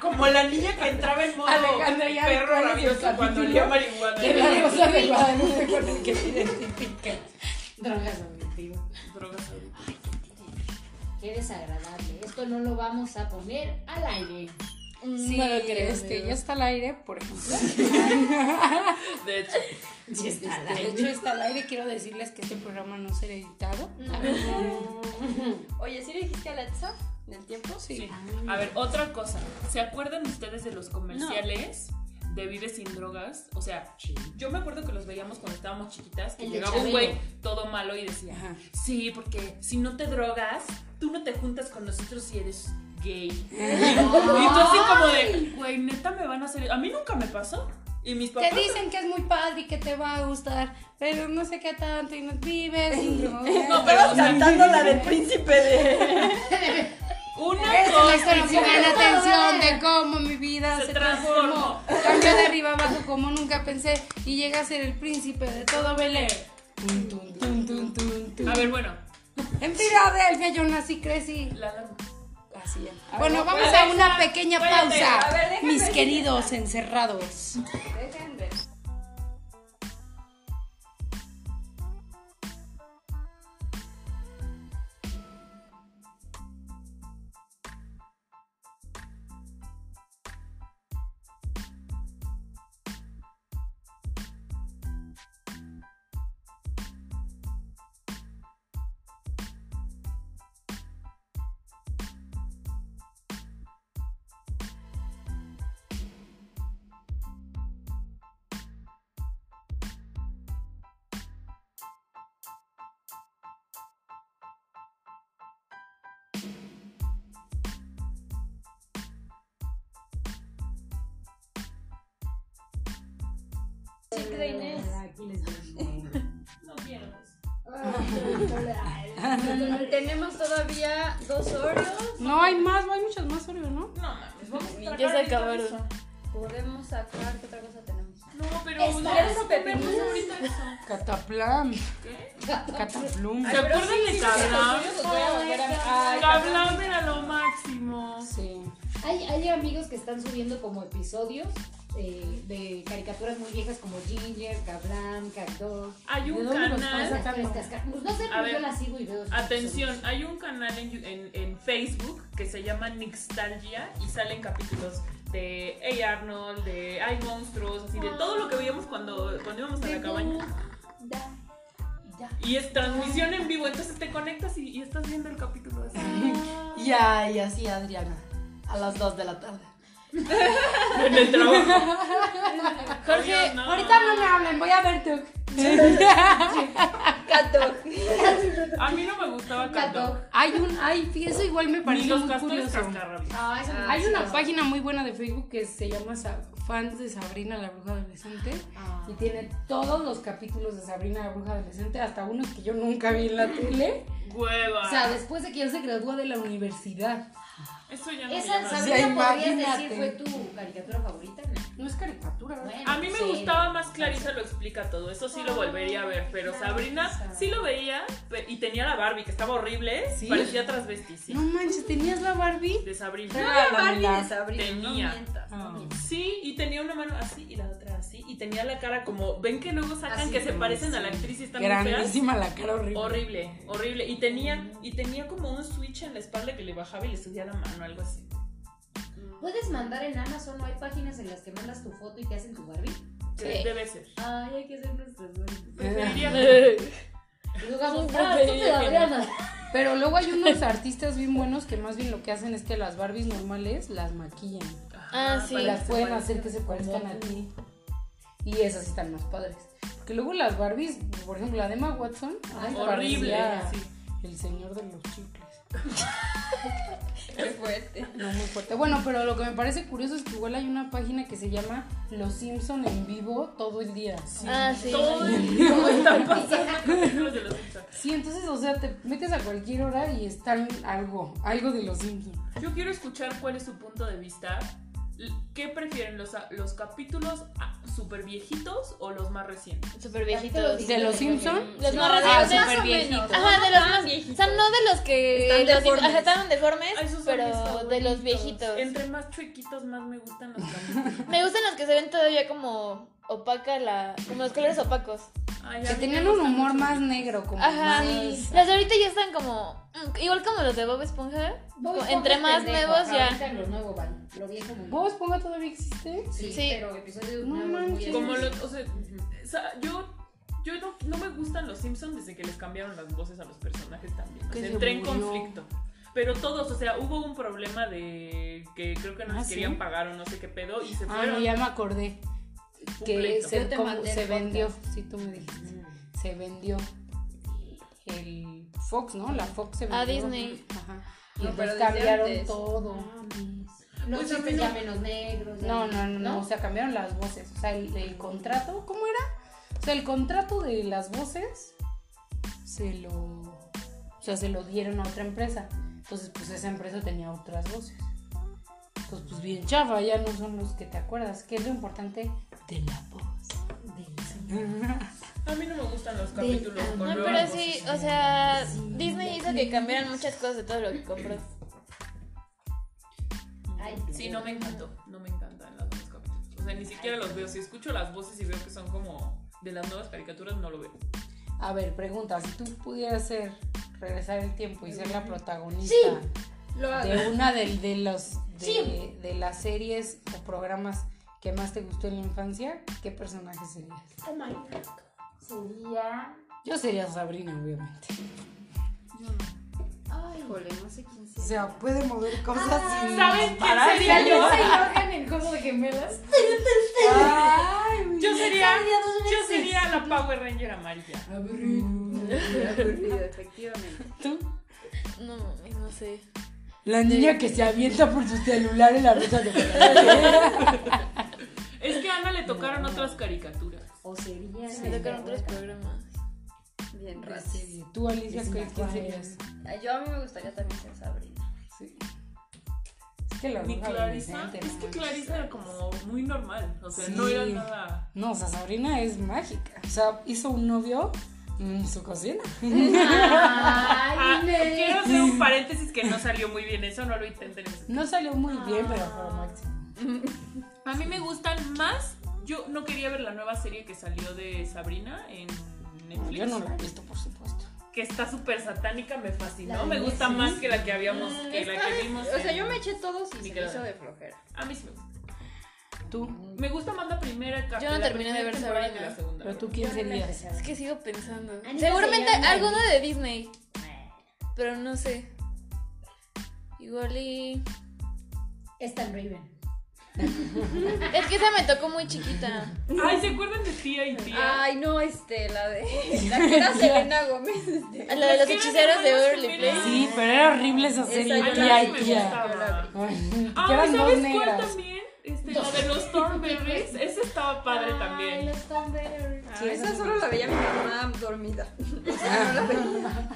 [SPEAKER 2] Como la niña que entraba en modo
[SPEAKER 1] Alejandra, ya
[SPEAKER 2] perro
[SPEAKER 1] ¿cuál es el
[SPEAKER 2] rabioso cuando
[SPEAKER 1] capítulo?
[SPEAKER 2] olía marihuana.
[SPEAKER 1] De la rosa de Guadalupe con el que se identifica.
[SPEAKER 4] Drogas auditivas.
[SPEAKER 2] Drogas ahorita.
[SPEAKER 4] Qué desagradable. Esto no lo vamos a poner al aire.
[SPEAKER 1] (laughs) Sí,
[SPEAKER 5] no lo creo.
[SPEAKER 1] este, ya está al aire, por ejemplo.
[SPEAKER 2] De hecho,
[SPEAKER 4] Ya está al
[SPEAKER 1] De
[SPEAKER 4] (laughs)
[SPEAKER 1] hecho, está al aire. Quiero decirles que este programa no será editado.
[SPEAKER 7] Oye, ¿sí le dijiste a la tiza? ¿Del tiempo?
[SPEAKER 1] Sí.
[SPEAKER 2] a ver, otra cosa. ¿Se acuerdan ustedes de los comerciales de Vive sin drogas? O sea, yo me acuerdo que los veíamos cuando estábamos chiquitas, que
[SPEAKER 4] El de
[SPEAKER 2] llegaba un
[SPEAKER 4] Chabelo.
[SPEAKER 2] güey todo malo y decía,
[SPEAKER 1] Ajá.
[SPEAKER 2] sí, porque si no te drogas, tú no te juntas con nosotros si eres gay.
[SPEAKER 1] (laughs)
[SPEAKER 2] Y tú así como de, güey, neta me van a hacer... A mí nunca me pasó. Y mis papás...
[SPEAKER 1] Te dicen que es muy padre y que te va a gustar, pero no sé qué tanto y no vives (laughs) sin drogas.
[SPEAKER 2] No,
[SPEAKER 5] (laughs)
[SPEAKER 2] pero o sea,
[SPEAKER 7] Cantando la del príncipe de.
[SPEAKER 1] (laughs)
[SPEAKER 2] una
[SPEAKER 1] Esta es la
[SPEAKER 2] cosa...
[SPEAKER 1] historia que me da la atención de cómo mi vida
[SPEAKER 2] Se
[SPEAKER 1] se, transformó. Cambió de arriba abajo como nunca pensé y llegué a ser el príncipe de todo Belén. Tun, tun, tun, tun, tun, tun.
[SPEAKER 2] A ver, bueno.
[SPEAKER 1] En Filadelfia yo nací, crecí.
[SPEAKER 2] La, la-
[SPEAKER 1] Así es. Bueno, vamos a una pequeña pausa, mis queridos encerrados.
[SPEAKER 4] Aquí les
[SPEAKER 2] No quiero eso.
[SPEAKER 7] Tenemos todavía dos Oreos.
[SPEAKER 1] No hay más, no hay muchos más, Oreo, ¿no?
[SPEAKER 2] No mames, vamos a tragar
[SPEAKER 5] Ya se
[SPEAKER 2] ahorita
[SPEAKER 5] acabaron.
[SPEAKER 2] eso.
[SPEAKER 7] Podemos sacar qué otra cosa tenemos.
[SPEAKER 2] No, pero no vamos a comernos ahorita eso.
[SPEAKER 1] Cataplam. Cataplum.
[SPEAKER 2] ¿Se acuerdan de Cablam? Cablam era lo máximo.
[SPEAKER 1] Sí.
[SPEAKER 4] Hay, hay amigos que están subiendo como episodios eh, de caricaturas muy viejas como Ginger, Cablan, Cacto.
[SPEAKER 2] Hay
[SPEAKER 1] ¿De
[SPEAKER 2] un
[SPEAKER 1] dónde los
[SPEAKER 2] canal.
[SPEAKER 1] sacando?
[SPEAKER 4] Pues no sé,
[SPEAKER 2] A
[SPEAKER 4] pero yo
[SPEAKER 2] ver,
[SPEAKER 4] las sigo y veo. sus
[SPEAKER 2] Atención, hay un canal en, Yu- en- en Facebook que se llama Nixtalgia y salen capítulos de Hey Arnold, de Hay Monstruos, así de todo lo que veíamos cuando, cuando íbamos a la cabaña. Y es transmisión en vivo, entonces te conectas y, y estás viendo el capítulo así.
[SPEAKER 3] Ya, y así Adriana. A las 2 de la tarde.
[SPEAKER 2] (laughs) En el trabajo. Oye, no.
[SPEAKER 1] ahorita no me hablen, voy a ver tú.
[SPEAKER 2] A mí no me gustaba Cato.
[SPEAKER 1] Hay un, ay, fí- eso igual me
[SPEAKER 2] Ni
[SPEAKER 1] pareció
[SPEAKER 2] los
[SPEAKER 1] muy
[SPEAKER 2] castores
[SPEAKER 1] curioso.
[SPEAKER 2] cascarrabias.
[SPEAKER 4] Ah, eso
[SPEAKER 1] Hay una página muy buena de Facebook que se llama Sa- Fans de Sabrina la Bruja Adolescente
[SPEAKER 2] Ah.
[SPEAKER 1] y tiene todos los capítulos de Sabrina la Bruja Adolescente, hasta unos que yo nunca vi en la tele.
[SPEAKER 2] Hueva.
[SPEAKER 1] O sea, después de que ya se graduó de la universidad.
[SPEAKER 2] Eso Ah, ya no me
[SPEAKER 4] Esa,
[SPEAKER 2] llama.
[SPEAKER 4] Sabrina,
[SPEAKER 3] Sí,
[SPEAKER 4] podrías
[SPEAKER 1] imagínate.
[SPEAKER 4] decir, fue tu caricatura favorita.
[SPEAKER 1] No es caricatura. ¿verdad?
[SPEAKER 4] Bueno,
[SPEAKER 2] A mí me
[SPEAKER 4] sí.
[SPEAKER 2] gustaba más Clarisa lo explica todo, eso sí lo volvería a ver, pero Sabrina sí lo veía pe- y tenía la Barbie que estaba horrible,
[SPEAKER 1] ¿Sí?
[SPEAKER 2] parecía transvesti, sí,
[SPEAKER 1] No manches, ¿tenías la Barbie?
[SPEAKER 2] de Sabrina.
[SPEAKER 1] Regálame la-
[SPEAKER 2] Tenía.
[SPEAKER 1] Ah.
[SPEAKER 2] Sí, y tenía una mano así y la otra así y tenía la cara como, ven que luego sacan
[SPEAKER 4] Así,
[SPEAKER 2] que se parecen a la actriz y están muy feas.
[SPEAKER 1] Grandísima la cara horrible.
[SPEAKER 2] Horrible, horrible y tenía y tenía como un switch en la espalda que le bajaba y le subía la mano, algo así.
[SPEAKER 4] ¿Puedes mandar en Amazon o hay páginas en las que mandas tu foto y te hacen tu Barbie?
[SPEAKER 2] Que Debe ser.
[SPEAKER 4] Ay, hay que hacer nuestras Barbies.
[SPEAKER 1] (laughs)
[SPEAKER 2] Preferiría-
[SPEAKER 4] Y jugamos,
[SPEAKER 2] Sí,
[SPEAKER 4] ah, tú
[SPEAKER 2] preferiría
[SPEAKER 4] te la
[SPEAKER 2] que no.
[SPEAKER 4] Adriana.
[SPEAKER 1] Pero luego hay unos artistas bien buenos que más bien lo que hacen es que las Barbies normales las maquillan.
[SPEAKER 5] Ah, sí.
[SPEAKER 1] Y las pueden hacer que se parezcan a ti. Y esas sí están más padres. Porque luego las Barbies, por ejemplo, la de Emma Watson, ay,
[SPEAKER 2] horrible,
[SPEAKER 1] parecía
[SPEAKER 2] sí.
[SPEAKER 1] el señor de los chicles. (laughs) Qué fuerte. No, muy fuerte. Bueno, pero lo que me parece curioso es que igual hay una página que se llama Los Simpson en vivo todo el día.
[SPEAKER 5] Ah, sí.
[SPEAKER 2] Todo el
[SPEAKER 1] (laughs)
[SPEAKER 2] tiempo están pasando capítulos de los Simpsons.
[SPEAKER 1] Sí, entonces, o sea, te metes a cualquier hora y están algo, algo de los Simpsons.
[SPEAKER 2] Yo quiero escuchar cuál es su punto de vista. L- ¿Qué prefieren, los, a- los capítulos ah, super viejitos o los más recientes?
[SPEAKER 5] Súper viejitos.
[SPEAKER 1] ¿De los Simpson?
[SPEAKER 5] Los
[SPEAKER 7] No,
[SPEAKER 5] más
[SPEAKER 7] de los
[SPEAKER 5] recientes.
[SPEAKER 7] más o menos.
[SPEAKER 5] Ajá, de los más viejitos. O sea, no de los que
[SPEAKER 7] Están
[SPEAKER 5] los-
[SPEAKER 7] deformes.
[SPEAKER 5] ajá, estaban deformes,
[SPEAKER 2] Ah, Esos son mis
[SPEAKER 5] pero de
[SPEAKER 2] favoritos.
[SPEAKER 5] los viejitos.
[SPEAKER 2] Entre más chuequitos, más me gustan los
[SPEAKER 1] (laughs)
[SPEAKER 2] capítulos.
[SPEAKER 5] Me gustan los que se ven todavía como opaca la como los colores opacos.
[SPEAKER 2] Ay, a
[SPEAKER 1] Que
[SPEAKER 2] mí
[SPEAKER 1] tenían
[SPEAKER 2] me
[SPEAKER 1] un
[SPEAKER 2] gustan
[SPEAKER 1] humor
[SPEAKER 2] mucho.
[SPEAKER 1] más negro, como
[SPEAKER 5] Ajá.
[SPEAKER 1] más-
[SPEAKER 5] Las de ahorita ya están como mm, igual como los de Bob Esponja.
[SPEAKER 4] Bob
[SPEAKER 5] como
[SPEAKER 4] Esponja
[SPEAKER 5] entre
[SPEAKER 4] es
[SPEAKER 5] más
[SPEAKER 4] este pendejo,
[SPEAKER 5] nuevos
[SPEAKER 4] ajá,
[SPEAKER 5] ya.
[SPEAKER 4] ahorita Lo nuevo van, lo viejo muy
[SPEAKER 1] ¿Vos ponga todavía existe?
[SPEAKER 4] Sí,
[SPEAKER 5] Sí.
[SPEAKER 4] pero episodios
[SPEAKER 1] No
[SPEAKER 4] nuevos muy
[SPEAKER 1] manches.
[SPEAKER 2] Como
[SPEAKER 4] antiguos.
[SPEAKER 2] los, o sea, sa- yo, yo no, no me gustan los Simpsons desde que les cambiaron las voces a los personajes también. O
[SPEAKER 1] Que
[SPEAKER 2] sea,
[SPEAKER 1] se
[SPEAKER 2] entré en
[SPEAKER 1] murió.
[SPEAKER 2] conflicto. Pero todos, o sea, hubo un problema de que creo que no
[SPEAKER 1] Ah,
[SPEAKER 2] les
[SPEAKER 1] ¿sí?
[SPEAKER 2] querían pagar o no sé qué pedo y se
[SPEAKER 1] Ah,
[SPEAKER 2] fueron.
[SPEAKER 1] no, ya me acordé.
[SPEAKER 2] Un
[SPEAKER 1] Que
[SPEAKER 2] pleito.
[SPEAKER 1] se,
[SPEAKER 4] Yo te
[SPEAKER 1] como-
[SPEAKER 4] mandé el
[SPEAKER 1] se
[SPEAKER 4] podcast.
[SPEAKER 1] vendió, sí, tú me dijiste. Se vendió el Fox, ¿no? La Fox se vendió.
[SPEAKER 5] A Disney.
[SPEAKER 1] Ajá. Y
[SPEAKER 7] No, pero
[SPEAKER 1] entonces
[SPEAKER 7] desde
[SPEAKER 1] cambiaron
[SPEAKER 7] antes.
[SPEAKER 1] todo.
[SPEAKER 4] Ah. Los
[SPEAKER 2] Pues a mí
[SPEAKER 4] chistes
[SPEAKER 2] no-
[SPEAKER 4] ya menos negros. ya-
[SPEAKER 1] No, no, no, no, o sea, cambiaron las voces. O sea, el, el contrato, ¿cómo era? O sea, el contrato de las voces se lo. O sea, se lo dieron a otra empresa. Entonces, pues esa empresa tenía otras voces. Entonces, pues bien chava, ya no son los que te acuerdas. ¿Qué es lo importante? De la voz.
[SPEAKER 2] A mí no me gustan los capítulos con
[SPEAKER 5] No,
[SPEAKER 2] nuevas
[SPEAKER 5] pero
[SPEAKER 2] voces.
[SPEAKER 5] sí, o sea, Disney hizo que cambiaran muchas cosas de todo lo que compró.
[SPEAKER 4] Ay,
[SPEAKER 2] Sí, no me encantó. No me encantan los nuevos capítulos. O sea, ni siquiera los veo. Si escucho las voces y veo que son como de las nuevas caricaturas, no lo veo.
[SPEAKER 1] A ver, pregunta, si tú pudieras ser, regresar el tiempo y ser la protagonista
[SPEAKER 7] Lo hago.
[SPEAKER 1] de una de, de los de, de las series o programas que más te gustó en la infancia, ¿qué personaje serías?
[SPEAKER 4] Oh Sería.
[SPEAKER 1] Yo sería Sabrina, obviamente.
[SPEAKER 4] Ay,
[SPEAKER 7] Híjole, no sé quién
[SPEAKER 3] O
[SPEAKER 7] sea.
[SPEAKER 3] sea, puede mover cosas
[SPEAKER 1] Ah,
[SPEAKER 3] sin
[SPEAKER 2] ¿Saben quién
[SPEAKER 3] parar.
[SPEAKER 2] sería yo?
[SPEAKER 4] enojan en juego de gemelas?
[SPEAKER 3] Ah.
[SPEAKER 2] Yo sería, yo sería la Power Ranger amarilla.
[SPEAKER 7] efectivamente.
[SPEAKER 1] ¿Tú?
[SPEAKER 5] No, mames, no sé.
[SPEAKER 1] La niña que se avienta por su celular en la ruta de
[SPEAKER 3] (laughs)
[SPEAKER 2] Es que a Ana le tocaron otras caricaturas.
[SPEAKER 4] O sería.
[SPEAKER 5] Me tocaron (laughs) otros programas.
[SPEAKER 7] Bien raro.
[SPEAKER 1] Sí. Tú, Alicia, ¿qué- ¿quién serías?
[SPEAKER 7] Ay, Yo a mí me gustaría también ser Sabrina.
[SPEAKER 1] Sí. Es que la
[SPEAKER 2] Ni
[SPEAKER 1] bruja
[SPEAKER 2] Clarisa.
[SPEAKER 1] adolescente,
[SPEAKER 2] Es
[SPEAKER 1] no
[SPEAKER 2] que
[SPEAKER 1] manches.
[SPEAKER 2] Clarisa era como muy normal. O sea,
[SPEAKER 1] pues. Sí.
[SPEAKER 2] no era nada.
[SPEAKER 1] No, o sea, Sabrina es mágica. O sea, hizo un novio en su cocina.
[SPEAKER 2] Ah,
[SPEAKER 4] Ay,
[SPEAKER 2] quiero hacer un paréntesis que no salió muy bien. Eso no lo intenten.
[SPEAKER 1] No salió muy bien, pero fue lo máximo.
[SPEAKER 2] A mí me gustan más. Yo no quería ver la nueva serie que salió de Sabrina en
[SPEAKER 1] No,
[SPEAKER 2] Netflix.
[SPEAKER 1] yo no la he visto, por supuesto.
[SPEAKER 2] que está súper satánica me fascinó.
[SPEAKER 4] La
[SPEAKER 2] me
[SPEAKER 4] de
[SPEAKER 2] gusta
[SPEAKER 4] Netflix.
[SPEAKER 2] más que la que habíamos, que la
[SPEAKER 7] Ah, Está
[SPEAKER 2] que
[SPEAKER 7] de-
[SPEAKER 2] vimos.
[SPEAKER 7] O sea,
[SPEAKER 2] en-
[SPEAKER 7] yo me eché todos y se me
[SPEAKER 2] Nickelodeon.
[SPEAKER 7] hizo de flojera.
[SPEAKER 2] A mí sí me gusta.
[SPEAKER 1] ¿Tú?
[SPEAKER 2] Me gusta más la primera capa-
[SPEAKER 5] Yo no
[SPEAKER 2] la
[SPEAKER 5] terminé de
[SPEAKER 2] primera
[SPEAKER 5] ver
[SPEAKER 2] temporada
[SPEAKER 5] Sabrina.
[SPEAKER 2] que la segunda.
[SPEAKER 1] ¿Pero tú quién serías?
[SPEAKER 5] Es que sigo pensando.
[SPEAKER 7] Ah,
[SPEAKER 4] Anita
[SPEAKER 5] Seguramente
[SPEAKER 4] sería una
[SPEAKER 5] alguna de Disney. Pero no sé. Igual y.
[SPEAKER 4] Es tan Raven.
[SPEAKER 5] Es que esa me tocó muy chiquita.
[SPEAKER 2] (laughs) Ay, ¿se acuerdan de tía y tía?
[SPEAKER 7] Ay, no, este,
[SPEAKER 5] (laughs)
[SPEAKER 7] la de. La que era Selena Gómez. Este.
[SPEAKER 5] Ah, La de los
[SPEAKER 2] que eran
[SPEAKER 5] hechiceros de
[SPEAKER 2] hermanas
[SPEAKER 5] Early
[SPEAKER 2] gemelas.
[SPEAKER 5] Place.
[SPEAKER 1] Sí, pero era horrible esa
[SPEAKER 2] Ay,
[SPEAKER 1] serie.
[SPEAKER 2] a mí
[SPEAKER 1] Tía
[SPEAKER 2] sí
[SPEAKER 1] y
[SPEAKER 2] me
[SPEAKER 1] tía.
[SPEAKER 2] gustaba.
[SPEAKER 1] Ay, que
[SPEAKER 2] Ah,
[SPEAKER 1] eran dos
[SPEAKER 2] ¿sabes cuál
[SPEAKER 1] negras.
[SPEAKER 2] también? Este, la de los Thornberries. Ese estaba padre
[SPEAKER 4] Ay,
[SPEAKER 2] también.
[SPEAKER 4] los Thornberry.
[SPEAKER 7] Ah, esa solo la veía mi mamá dormida. (laughs) O sea, no la veía.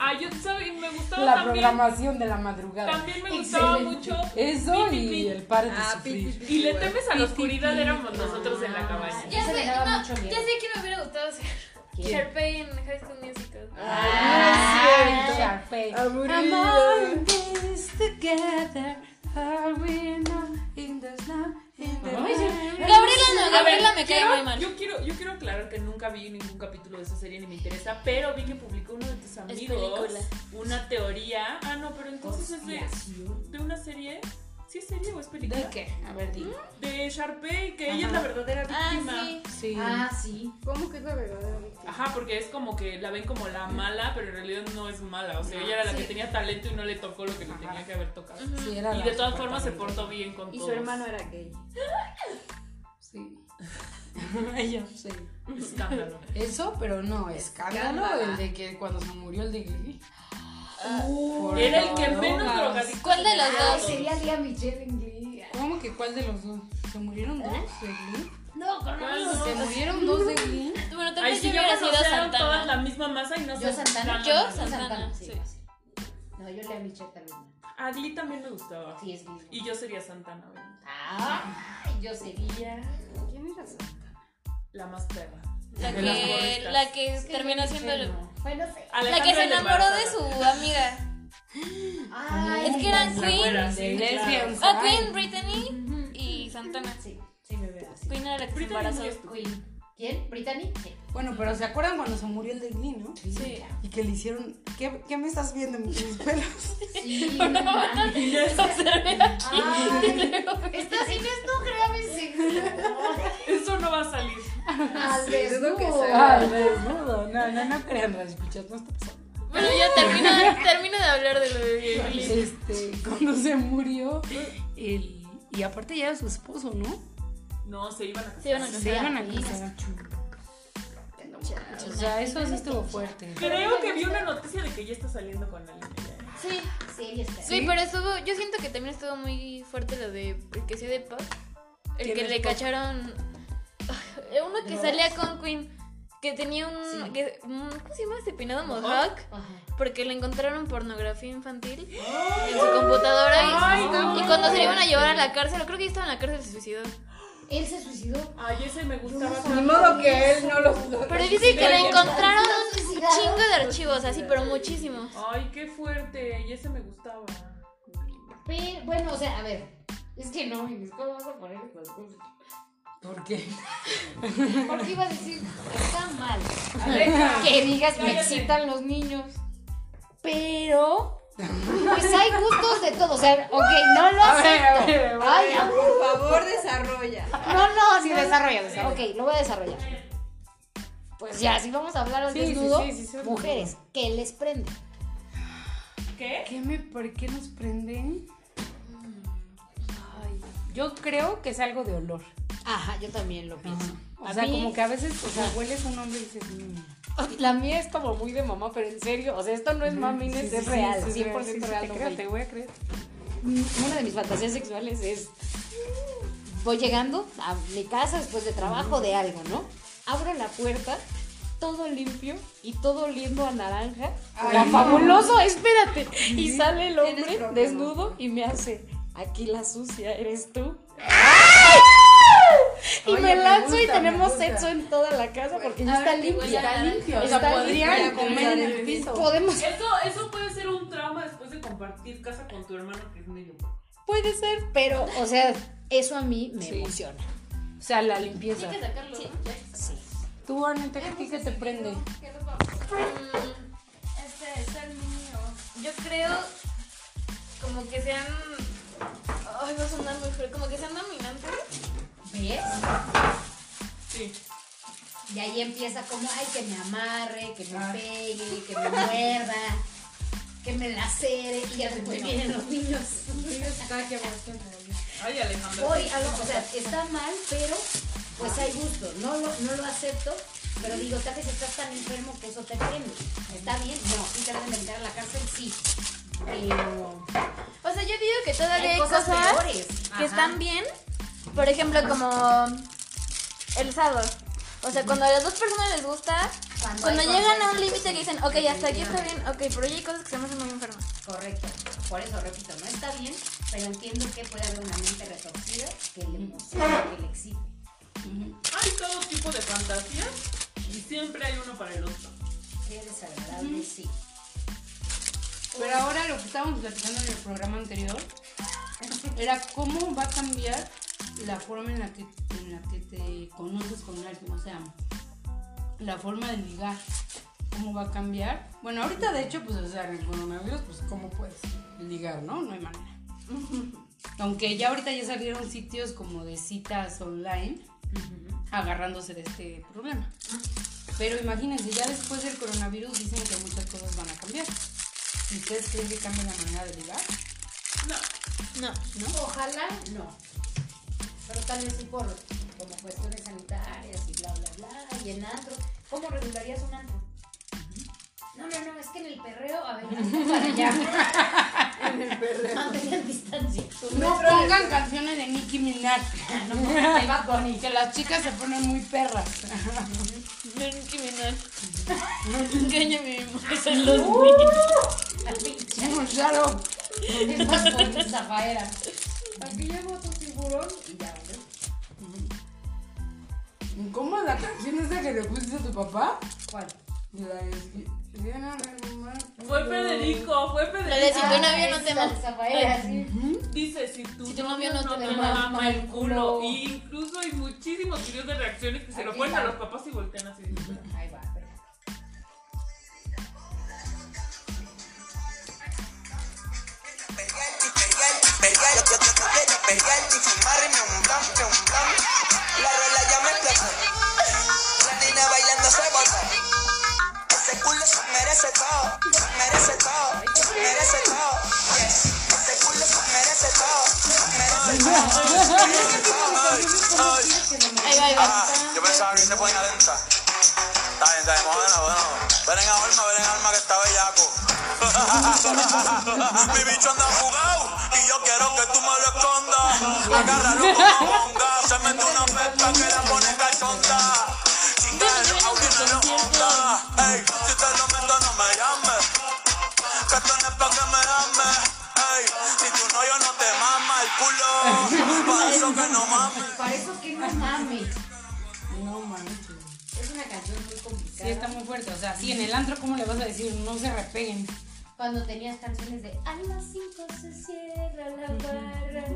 [SPEAKER 2] Ah, yo sabía, me gustaba
[SPEAKER 1] La
[SPEAKER 2] también.
[SPEAKER 1] programación de la madrugada.
[SPEAKER 2] También me gustaba mucho.
[SPEAKER 1] Eso
[SPEAKER 2] Pi, pi,
[SPEAKER 1] y
[SPEAKER 2] pi.
[SPEAKER 1] el par de
[SPEAKER 7] Ah, pi, pi,
[SPEAKER 1] sufrir.
[SPEAKER 7] pi,
[SPEAKER 2] Y le
[SPEAKER 7] güey.
[SPEAKER 2] temes a la oscuridad éramos nosotros en la cabaña.
[SPEAKER 5] Ya
[SPEAKER 4] Esa
[SPEAKER 5] sé,
[SPEAKER 4] me daba
[SPEAKER 5] no,
[SPEAKER 4] mucho
[SPEAKER 5] ya
[SPEAKER 4] miedo.
[SPEAKER 5] sé que me hubiera gustado ser Sharpay en High School Musical.
[SPEAKER 1] Ah, Sharpay. I'm all
[SPEAKER 7] Aburrida.
[SPEAKER 1] in this together. Are we not in the snow, in the rain?
[SPEAKER 5] Gabriela no,
[SPEAKER 2] A ver,
[SPEAKER 5] Gabriela me cae
[SPEAKER 2] quiero-
[SPEAKER 5] muy mal.
[SPEAKER 2] Yo quiero, yo quiero aclarar que nunca vi ningún capítulo de esa serie ni me interesa, pero vi que publicó uno de tus amigos
[SPEAKER 5] película. Oh,
[SPEAKER 2] una teoría. Ah, no, pero entonces es de, de una serie. ¿Sí es serie o es película?
[SPEAKER 1] ¿De qué? A ver,
[SPEAKER 2] Ah.
[SPEAKER 1] dime.
[SPEAKER 2] De Sharpay, que ella es la verdadera
[SPEAKER 5] Ah,
[SPEAKER 2] víctima.
[SPEAKER 5] sí.
[SPEAKER 1] Sí.
[SPEAKER 4] Ah, sí.
[SPEAKER 7] ¿Cómo que es la verdadera víctima?
[SPEAKER 2] Ajá, porque es como que la ven como la mala, pero en realidad no es mala. O sea, ella era la que tenía talento y no le tocó lo que le tenía que haber tocado.
[SPEAKER 1] Sí, era
[SPEAKER 2] Y
[SPEAKER 1] la
[SPEAKER 2] de todas formas se
[SPEAKER 1] supertalentosa.
[SPEAKER 2] portó bien con
[SPEAKER 7] Y su
[SPEAKER 2] todos.
[SPEAKER 7] hermano era gay.
[SPEAKER 1] (laughs) Sí. Ella, sí.
[SPEAKER 2] Escándalo.
[SPEAKER 1] Eso, pero no, escándalo, el de que cuando se murió el de Glee. Ah, Por
[SPEAKER 2] Era el que
[SPEAKER 1] drogas.
[SPEAKER 2] menos drogadicto.
[SPEAKER 5] ¿Cuál de los
[SPEAKER 4] Ay,
[SPEAKER 5] dos?
[SPEAKER 4] sería Lía Michelle en Glee.
[SPEAKER 1] ¿Cómo que cuál de los dos? ¿Se murieron dos de Glee?
[SPEAKER 4] No, con
[SPEAKER 2] ¿Cuál no?
[SPEAKER 1] ¿Se murieron ¿Eh? dos de Glee?
[SPEAKER 5] Bueno, tal
[SPEAKER 2] Ay,
[SPEAKER 5] vez
[SPEAKER 2] si
[SPEAKER 5] yo
[SPEAKER 2] yo
[SPEAKER 5] hubiera sido
[SPEAKER 2] conocieran todas la
[SPEAKER 5] Santana.
[SPEAKER 2] misma masa y no
[SPEAKER 4] Yo
[SPEAKER 2] se
[SPEAKER 4] Santana.
[SPEAKER 5] Yo
[SPEAKER 2] Yo
[SPEAKER 5] Santana.
[SPEAKER 4] sí.
[SPEAKER 5] sí.
[SPEAKER 4] fácil. No, yo Lía Michelle tal vez no.
[SPEAKER 2] A Glee también me gustaba.
[SPEAKER 4] Sí, es Glee.
[SPEAKER 2] Y yo sería Santana, obviamente.
[SPEAKER 4] Ah, yo sería.
[SPEAKER 7] ¿Quién era esa?
[SPEAKER 2] la más perra.
[SPEAKER 5] La
[SPEAKER 2] De las
[SPEAKER 5] que,
[SPEAKER 2] morritas.
[SPEAKER 5] la que terminó siendo el-
[SPEAKER 4] Bueno, sé.
[SPEAKER 5] la que
[SPEAKER 2] Alejandra
[SPEAKER 5] se
[SPEAKER 2] la
[SPEAKER 5] enamoró de
[SPEAKER 2] embarazada.
[SPEAKER 5] su amiga.
[SPEAKER 4] Ay,
[SPEAKER 5] Es que eran
[SPEAKER 2] La
[SPEAKER 5] Queen,
[SPEAKER 2] güera, sí, claro.
[SPEAKER 1] Lesbians.
[SPEAKER 5] ah,
[SPEAKER 1] ay.
[SPEAKER 5] Queen, Britney y Santana.
[SPEAKER 4] Sí, sí me veo así.
[SPEAKER 5] Queen era la que se
[SPEAKER 2] Britney es
[SPEAKER 5] embarazó.
[SPEAKER 2] muy estúpida.
[SPEAKER 4] Queen. ¿Quién? ¿Brittany? Sí.
[SPEAKER 1] Bueno, pero ¿se acuerdan cuando se murió el de Glee, no?
[SPEAKER 5] (laughs) Sí.
[SPEAKER 1] Y que le hicieron. ¿Qué, qué me estás viendo mis mis (laughs) pelos?
[SPEAKER 5] (laughs)
[SPEAKER 4] Sí.
[SPEAKER 5] Una bata de observé aquí.
[SPEAKER 4] Ay,
[SPEAKER 5] (laughs)
[SPEAKER 4] estás sin esto, grabes en
[SPEAKER 2] Eso no va a salir.
[SPEAKER 5] Ah,
[SPEAKER 4] Al
[SPEAKER 7] es lo que
[SPEAKER 4] desnudo.
[SPEAKER 7] se
[SPEAKER 1] Ay, desnudo. Ah, No, no, no crean, las escuchas, no está pasando.
[SPEAKER 5] Bueno, ya termino, termino de hablar de lo de Billie.
[SPEAKER 1] Este, cuando se murió, el, y aparte ya era su esposo, ¿no?
[SPEAKER 2] No, se iban a casar.
[SPEAKER 5] Se iban a casar.
[SPEAKER 1] Se iban a casar. O sea, eso sí estuvo fuerte.
[SPEAKER 2] Creo que vi una noticia de que ya está saliendo con alguien. ya.
[SPEAKER 5] Sí,
[SPEAKER 4] Sí, ella está.
[SPEAKER 5] sí, pero estuvo, yo siento que también estuvo muy fuerte lo de el que sea de pop. El
[SPEAKER 1] ¿Quién
[SPEAKER 5] que
[SPEAKER 1] es
[SPEAKER 5] le
[SPEAKER 1] Pop?
[SPEAKER 5] cacharon (laughs) Ay, uno que salía con Queen, que tenía un que- un- ¿cómo se llama este peinado mohawk?
[SPEAKER 4] Ajá.
[SPEAKER 5] Porque le encontraron pornografía infantil en su computadora y,
[SPEAKER 2] Ay, no.
[SPEAKER 5] y cuando se le iban a llevar a la cárcel, creo que ya estaba en la cárcel se suicidó.
[SPEAKER 4] Él se suicidó.
[SPEAKER 2] Ay, ese me gustaba.
[SPEAKER 7] Ni
[SPEAKER 2] tanto.
[SPEAKER 7] modo que él no lo.
[SPEAKER 5] Pero dice que le encontraron
[SPEAKER 4] ¿Se
[SPEAKER 5] un
[SPEAKER 4] suicidaron?
[SPEAKER 5] chingo de archivos, así, pero muchísimos.
[SPEAKER 2] Ay, qué fuerte. Y ese me gustaba.
[SPEAKER 4] Pero, bueno, o sea, a ver. Es que no, Mimis, ¿cómo vas a poner estas cosas?
[SPEAKER 1] ¿Por qué?
[SPEAKER 4] (laughs) Porque iba a decir, está mal. Que digas, me excitan los niños. Pero, pues hay gustos de todo. O sea, ok, no lo acepto. Ay, no.
[SPEAKER 7] Por favor, desarrolla.
[SPEAKER 4] No, no, sí, desarrollalo. Ok, lo voy a desarrollar. Pues ya, si vamos a hablar al
[SPEAKER 1] Sí,
[SPEAKER 4] desnudo,
[SPEAKER 1] sí, sí, sí, sí, sí.
[SPEAKER 4] mujeres, ¿qué les prende?
[SPEAKER 2] ¿Qué?
[SPEAKER 1] ¿Qué me, ¿Por qué nos prenden? Ay, Yo creo que es algo de olor.
[SPEAKER 6] Ajá, yo también lo pienso.
[SPEAKER 1] O
[SPEAKER 6] A
[SPEAKER 1] sea,
[SPEAKER 6] mí-
[SPEAKER 1] como que a veces, o sea, hueles a un hombre y dices, "Mm".
[SPEAKER 6] La mía es como muy de mamá, pero en serio, o sea, esto no es mami,
[SPEAKER 1] Sí, sí,
[SPEAKER 6] es
[SPEAKER 1] sí,
[SPEAKER 6] real,
[SPEAKER 1] sí, sí,
[SPEAKER 6] 100%
[SPEAKER 1] sí, sí,
[SPEAKER 6] real.
[SPEAKER 1] Te
[SPEAKER 6] no
[SPEAKER 1] creo,
[SPEAKER 6] fake.
[SPEAKER 1] te voy a creer.
[SPEAKER 6] Una de mis fantasías sexuales es. Voy llegando a mi casa después de trabajo, de algo, ¿no? Abro la puerta, todo limpio y todo oliendo a naranja. ¡Ah, fabuloso! Espérate. Y sale el hombre
[SPEAKER 7] problemas.
[SPEAKER 6] desnudo y me hace: Aquí la sucia eres tú. Y
[SPEAKER 1] Oye,
[SPEAKER 6] me
[SPEAKER 1] me
[SPEAKER 6] lanzo y
[SPEAKER 1] gusta, me
[SPEAKER 6] tenemos
[SPEAKER 1] gusta. pues
[SPEAKER 6] sexo en toda la casa porque ya está limpia.
[SPEAKER 1] O sea,
[SPEAKER 6] Está
[SPEAKER 1] podrían
[SPEAKER 6] limpia,
[SPEAKER 1] comer en el piso.
[SPEAKER 6] Podemos.
[SPEAKER 2] Eso, eso puede ser un trauma después de compartir casa con tu hermano que es medio.
[SPEAKER 6] Puede ser, pero, o sea, eso a mí me
[SPEAKER 1] Sí.
[SPEAKER 6] emociona.
[SPEAKER 1] O sea, la limpieza.
[SPEAKER 5] sacarlo.
[SPEAKER 6] Sí.
[SPEAKER 1] Tú, Anita, ¿a ti qué te prende?
[SPEAKER 5] Este es el mío. Yo creo como que sean. Ay, va a sonar muy feo. Como que sean dominantes.
[SPEAKER 4] ¿Ves?
[SPEAKER 2] Sí.
[SPEAKER 4] Y ahí empieza como, ay, que me amarre, que me pegue, que me muerda, que me lacere. Y ya después vienen los niños.
[SPEAKER 2] Ay, Alejandro.
[SPEAKER 4] Hoy, algo, o sea, está mal, pero pues hay gusto. No lo, no lo acepto, pero digo, tal vez estás tan enfermo que eso te prende. ¿Está bien? No. ¿Y te van a meter a la cárcel? Sí. Pero
[SPEAKER 5] O sea, yo digo que todavía
[SPEAKER 4] hay cosas peores.
[SPEAKER 5] que están bien. Por ejemplo, como el sábado. O sea, cuando a las dos personas les gusta, cuando,
[SPEAKER 4] hay
[SPEAKER 5] llegan a un
[SPEAKER 4] consenso,
[SPEAKER 5] límite que dicen, ok,
[SPEAKER 4] sí,
[SPEAKER 5] hasta aquí está
[SPEAKER 4] definitivamente.
[SPEAKER 5] bien, ok, pero ya hay cosas que se me hacen muy enfermas.
[SPEAKER 4] Correcto. Por eso, repito, no está bien, pero entiendo que puede haber una mente retorcida que le emociona, que le excite.
[SPEAKER 2] Hay todo tipo de fantasías y siempre hay uno para el otro.
[SPEAKER 4] Qué desagradable, sí.
[SPEAKER 1] Pero ahora lo que estábamos platicando en el programa anterior era cómo va a cambiar la forma en la que, en la que te conoces con alguien, o sea, la forma de ligar, cómo va a cambiar. Bueno, ahorita de hecho, pues, o sea, el coronavirus, pues, ¿cómo puedes ligar, no? No hay manera. Aunque ya ahorita ya salieron sitios como de citas online agarrándose de este problema. Pero imagínense, ya después del coronavirus dicen que muchas cosas van a cambiar. ¿Y ustedes creen que cambia la manera de ligar?
[SPEAKER 5] No.
[SPEAKER 4] Ojalá no. Pero tal vez sí por como cuestiones sanitarias y bla, bla, bla. Y en antro. ¿Cómo regularías un antro? No, no, no, es que en el
[SPEAKER 5] (laughs)
[SPEAKER 4] perreo, a ver, para allá.
[SPEAKER 8] En el perreo.
[SPEAKER 4] Mantengan distancia.
[SPEAKER 1] No pongan canciones de Nicki
[SPEAKER 2] (laughs)
[SPEAKER 1] Minaj. (laughs)
[SPEAKER 4] Ahí va Bonnie.
[SPEAKER 1] Que las chicas se ponen muy perras.
[SPEAKER 5] Ven, (laughs) criminal. Engaña mi memoria en los niños.
[SPEAKER 1] Claro.
[SPEAKER 4] Estas con Zafaera. Aquí llevo tu tiburón y ya, ¿no?
[SPEAKER 1] ¿Cómo la canción esa que le pusiste a tu papá?
[SPEAKER 4] ¿Cuál?
[SPEAKER 1] La de- Viene a reanimar.
[SPEAKER 2] Fue Federico, fue Federico.
[SPEAKER 5] La de si tu novio no
[SPEAKER 4] esa,
[SPEAKER 5] te ama.
[SPEAKER 4] Zafaera, sí.
[SPEAKER 2] Dice, si tu,
[SPEAKER 5] Si tu novio no te
[SPEAKER 2] mama,
[SPEAKER 5] mama
[SPEAKER 2] el culo. Y incluso hay muchísimos videos de reacciones que se lo
[SPEAKER 4] Aquí
[SPEAKER 2] ponen a
[SPEAKER 4] va.
[SPEAKER 2] los papás y voltean así.
[SPEAKER 4] Ahí va, perfecto.
[SPEAKER 9] La rola ya me explotó. La nena bailando se bota. Ese culo se merece todo. Se merece todo. Se merece todo. Yes. Ese culo se merece todo. Se merece todo. Se merece todo.
[SPEAKER 5] Ahí va, ahí va.
[SPEAKER 9] Ah, yo pensaba que se ponía lenta. Está bien, está bien, bueno, bueno. Ven en alma, ven en alma que está bellaco. (laughs) Mi bicho anda jugado y yo quiero que tú me lo escondas. Agárralo como bonga, se mete una pesca que la pone cachonda. Si te lo audio no lo onda, ey, si te lo meto no me llames. Que esto no es pa' que me ames, ey, si tú no yo no te mama el culo, pa' eso que no mames.
[SPEAKER 4] Para eso que no mames.
[SPEAKER 1] No manches.
[SPEAKER 4] Es una canción muy complicada.
[SPEAKER 1] Sí, está muy fuerte. O sea, sí, en el antro, ¿cómo le vas a decir? No se repeguen.
[SPEAKER 4] Cuando tenías canciones de A las 5 se cierra la barra.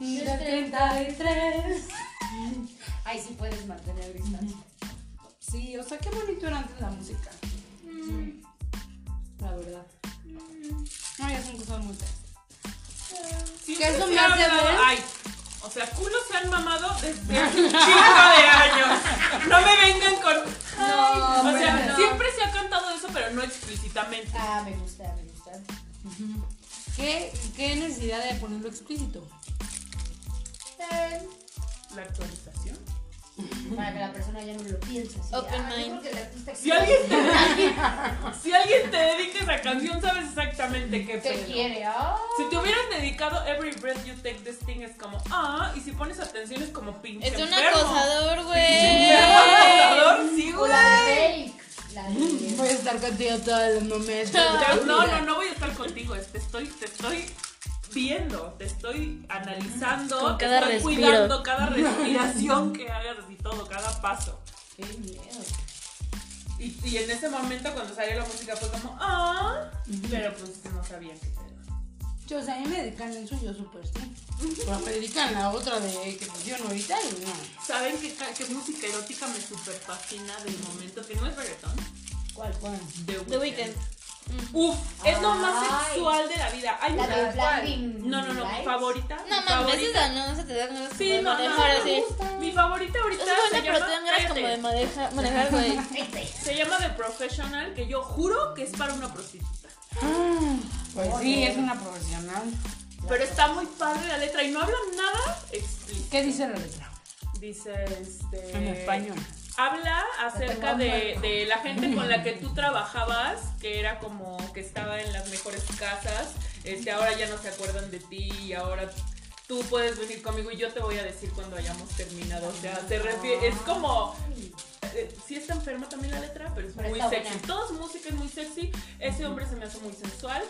[SPEAKER 1] De 33.
[SPEAKER 4] Ahí sí puedes mantener distancia.
[SPEAKER 1] Sí, o sea, qué bonito era antes la música. Mm. La verdad. No, Mm. ya son cosas muy feas.
[SPEAKER 2] Siempre
[SPEAKER 1] es lo
[SPEAKER 2] se
[SPEAKER 1] más
[SPEAKER 2] ha
[SPEAKER 1] de
[SPEAKER 2] hablado-
[SPEAKER 1] ver?
[SPEAKER 2] Ay, o sea, culo se han mamado desde hace un chingo de años. No me vengan con. o sea, siempre se ha cantado eso, pero no explícitamente.
[SPEAKER 4] Ah, me gusta, me gusta.
[SPEAKER 1] ¿Qué, qué necesidad de ponerlo explícito?
[SPEAKER 2] La actualización.
[SPEAKER 4] Para que la persona ya no lo piense. así,
[SPEAKER 5] Open
[SPEAKER 4] ah, yo
[SPEAKER 5] mind.
[SPEAKER 4] creo que el artista
[SPEAKER 2] Si alguien te dedica, si alguien te (laughs) dedica esa canción, sabes exactamente qué
[SPEAKER 4] te
[SPEAKER 2] pedo.
[SPEAKER 4] quiere. ah.
[SPEAKER 2] Si te hubieras dedicado Every Breath You Take This Thing es como ah y si pones atención es como pinche
[SPEAKER 5] Es un
[SPEAKER 2] enfermo.
[SPEAKER 5] acosador,
[SPEAKER 2] Enfermo,
[SPEAKER 5] güey.
[SPEAKER 2] acosador, sí,
[SPEAKER 4] O
[SPEAKER 2] güey.
[SPEAKER 4] la de Drake, La de.
[SPEAKER 1] a estar contigo todos los momentos.
[SPEAKER 2] Ya, No, no, no voy a estar contigo. es- Te estoy, te estoy viendo, te estoy analizando,
[SPEAKER 5] Con
[SPEAKER 2] te
[SPEAKER 5] cada
[SPEAKER 2] estoy
[SPEAKER 5] respiro.
[SPEAKER 2] cuidando cada
[SPEAKER 5] (laughs)
[SPEAKER 2] respiración que hagas y todo, cada paso.
[SPEAKER 4] Qué miedo.
[SPEAKER 2] Y, y en ese momento cuando salió la música fue como ah, pero pues no sabían qué pedo.
[SPEAKER 1] Yo, o sea, a mí me dedican eso, yo súper sí. Pero me dedican la otra de que pusieron ahorita y no.
[SPEAKER 2] ¿Saben qué, ca- qué música erótica me super fascina del momento? Que no es reggaetón.
[SPEAKER 1] ¿Cuál, cuál?
[SPEAKER 2] The Weeknd.
[SPEAKER 5] The Weeknd.
[SPEAKER 2] Uf, es lo más sexual de la vida. Hay
[SPEAKER 4] La
[SPEAKER 2] una.
[SPEAKER 4] de Blinding
[SPEAKER 2] No, no, no.
[SPEAKER 4] Lights.
[SPEAKER 2] Favorita. mi
[SPEAKER 5] No mames,
[SPEAKER 2] favorita.
[SPEAKER 5] esa no, no se te da ganas
[SPEAKER 2] Sí,
[SPEAKER 5] como
[SPEAKER 2] no,
[SPEAKER 5] de
[SPEAKER 2] no,
[SPEAKER 5] manejar
[SPEAKER 2] no.
[SPEAKER 5] así.
[SPEAKER 2] Mi favorita ahorita
[SPEAKER 5] Es buena,
[SPEAKER 2] se
[SPEAKER 5] pero
[SPEAKER 2] llama.
[SPEAKER 5] te dan ganas como de
[SPEAKER 2] cállate,
[SPEAKER 5] maneja- manejar,
[SPEAKER 2] (laughs)
[SPEAKER 5] güey.
[SPEAKER 4] Este.
[SPEAKER 2] Se llama The Professional, que yo juro que es para una prostituta.
[SPEAKER 1] Pues sí, es una profesional.
[SPEAKER 2] Pero está muy padre la letra y no habla nada explícito.
[SPEAKER 1] ¿Qué dice la letra?
[SPEAKER 2] Dice este.
[SPEAKER 1] En español.
[SPEAKER 2] Habla acerca de, de la gente con (laughs) la que tú trabajabas, que era como que estaba en las mejores casas, este, ahora ya no se acuerdan de ti y ahora tú puedes venir conmigo y yo te voy a decir cuando hayamos terminado. O sea, te refie- es como... eh, Sí está enferma también la letra, pero es muy sexy. Todas música es muy sexy. Ese hombre se me hace muy sensual.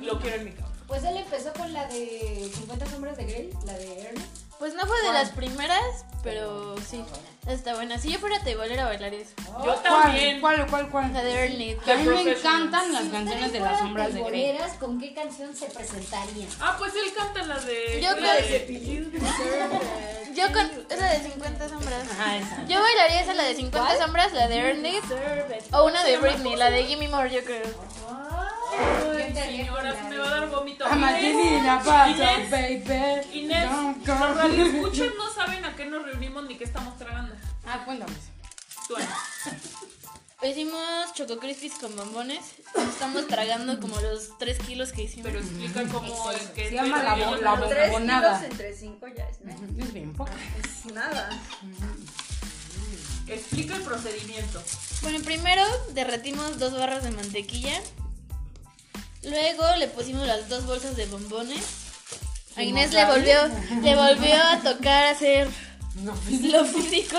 [SPEAKER 2] Lo quiero en mi cama.
[SPEAKER 4] Pues él empezó con la de 50 sombras de Grey, la de Ernest.
[SPEAKER 5] Pues no fue de las primeras, pero sí. Está buena. Si yo fuera te volver a bailar eso.
[SPEAKER 2] Yo también.
[SPEAKER 1] Oh, ¿Cuál, cuál, cuál?
[SPEAKER 5] La de Ernie.
[SPEAKER 1] Que a mí me
[SPEAKER 2] Professional.
[SPEAKER 1] encantan las canciones de las sombras de Grey.
[SPEAKER 4] Boleras, ¿con qué canción
[SPEAKER 1] (laughs)
[SPEAKER 4] se presentarían?
[SPEAKER 2] Ah, pues él canta la de...
[SPEAKER 5] Yo
[SPEAKER 2] la
[SPEAKER 5] creo-
[SPEAKER 2] de-
[SPEAKER 5] Yo con esa de 50 sombras.
[SPEAKER 1] Ajá, esa.
[SPEAKER 5] Yo bailaría esa, Mm. la de 50 sombras, la de Ernie. O una de Britney, la de Gimme More, yo creo.
[SPEAKER 2] Ay, señora, me va a dar vómito.
[SPEAKER 1] I'm a
[SPEAKER 2] Inés,
[SPEAKER 1] genie in a bottle,
[SPEAKER 2] Inés,
[SPEAKER 1] baby.
[SPEAKER 2] Inés,
[SPEAKER 1] Don't go.
[SPEAKER 2] los radioescuchas no saben a qué nos reunimos ni qué estamos tragando.
[SPEAKER 1] Ah, cuéntame.
[SPEAKER 2] Tú, Ana.
[SPEAKER 5] Hicimos Choco Crispies con bombones. Estamos tragando como los 3 kilos que hicimos.
[SPEAKER 2] Pero explica cómo es que...
[SPEAKER 1] Se llama la
[SPEAKER 2] pero-
[SPEAKER 1] bo- la bo-
[SPEAKER 7] Tres
[SPEAKER 1] Bonada.
[SPEAKER 7] kilos entre cinco ya es nada.
[SPEAKER 1] Es bien poca.
[SPEAKER 7] Es nada.
[SPEAKER 2] Explica el procedimiento.
[SPEAKER 5] Bueno, primero derretimos dos barras de mantequilla. Luego le pusimos las dos bolsas de bombones. A Inés le volvió, (laughs) le volvió a tocar hacer
[SPEAKER 1] No,
[SPEAKER 5] (laughs) lo físico.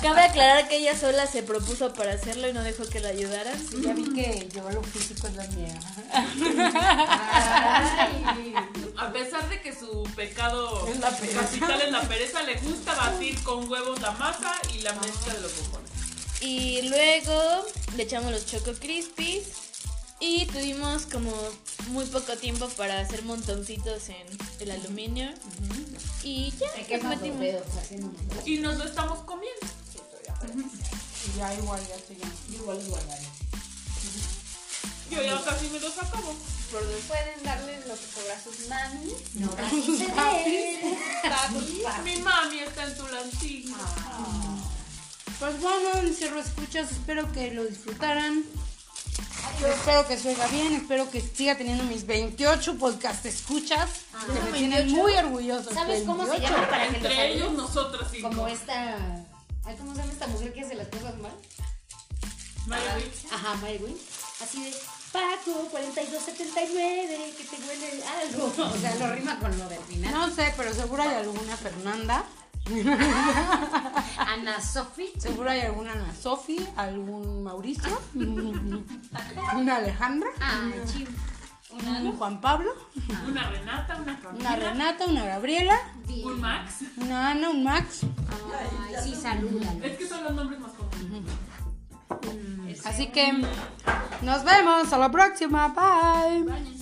[SPEAKER 5] Cabe aclarar que ella sola se propuso para hacerlo y no dejó que la ayudaran.
[SPEAKER 1] ya vi que yo lo físico es la mía.
[SPEAKER 2] A pesar de que su pecado
[SPEAKER 1] Es la pereza.
[SPEAKER 2] capital es la pereza, le gusta batir con huevos la masa y la mezcla de los bombones.
[SPEAKER 5] Y luego le echamos los Choco Crispies. Y tuvimos como muy poco tiempo para hacer montoncitos en el aluminio. Y ya,
[SPEAKER 1] Pues
[SPEAKER 5] los metimos.
[SPEAKER 4] pues,
[SPEAKER 2] Y nos lo estamos comiendo.
[SPEAKER 1] Y ya igual, ya estoy ya. Igual es guardaré.
[SPEAKER 2] Yo ya casi me los acabo.
[SPEAKER 7] Pueden darles lo que sobra a sus mami.
[SPEAKER 2] Mi mami está en Tulancingo.
[SPEAKER 1] Ah. Pues bueno, mis escuchas, espero que lo disfrutaran. Yo espero que se oiga bien, espero que siga teniendo mis 28 podcast escuchas. que me tienen muy orgullosos.
[SPEAKER 4] Ah, ¿Sabes cómo se llama para que los
[SPEAKER 2] Entre ellos
[SPEAKER 4] ayudes?
[SPEAKER 2] nosotras cinco.
[SPEAKER 4] Como esta... ay, ¿Cómo se llama esta mujer que hace las cosas mal?
[SPEAKER 2] Maravilla.
[SPEAKER 4] Ajá, Mary Wynn. Así de Paco 4279, que te huele algo. (laughs) O sea, lo rima con lo del final.
[SPEAKER 1] No sé, pero seguro hay alguna Fernanda,
[SPEAKER 4] Ana Sofi.
[SPEAKER 1] seguro hay alguna Ana Sofi, algún
[SPEAKER 4] (laughs)
[SPEAKER 1] Mauricio, una Alejandra,
[SPEAKER 4] Ah, chido.
[SPEAKER 1] un Juan Pablo,
[SPEAKER 2] Una Renata, una
[SPEAKER 1] una
[SPEAKER 2] Camila,
[SPEAKER 1] Renata, una Gabriela,
[SPEAKER 2] un Max.
[SPEAKER 1] una Ana, un Max.
[SPEAKER 4] Ay, sí, salúdalo.
[SPEAKER 2] Es que son los nombres más comunes.
[SPEAKER 1] Así que nos vemos a la próxima. Bye.
[SPEAKER 2] Bye.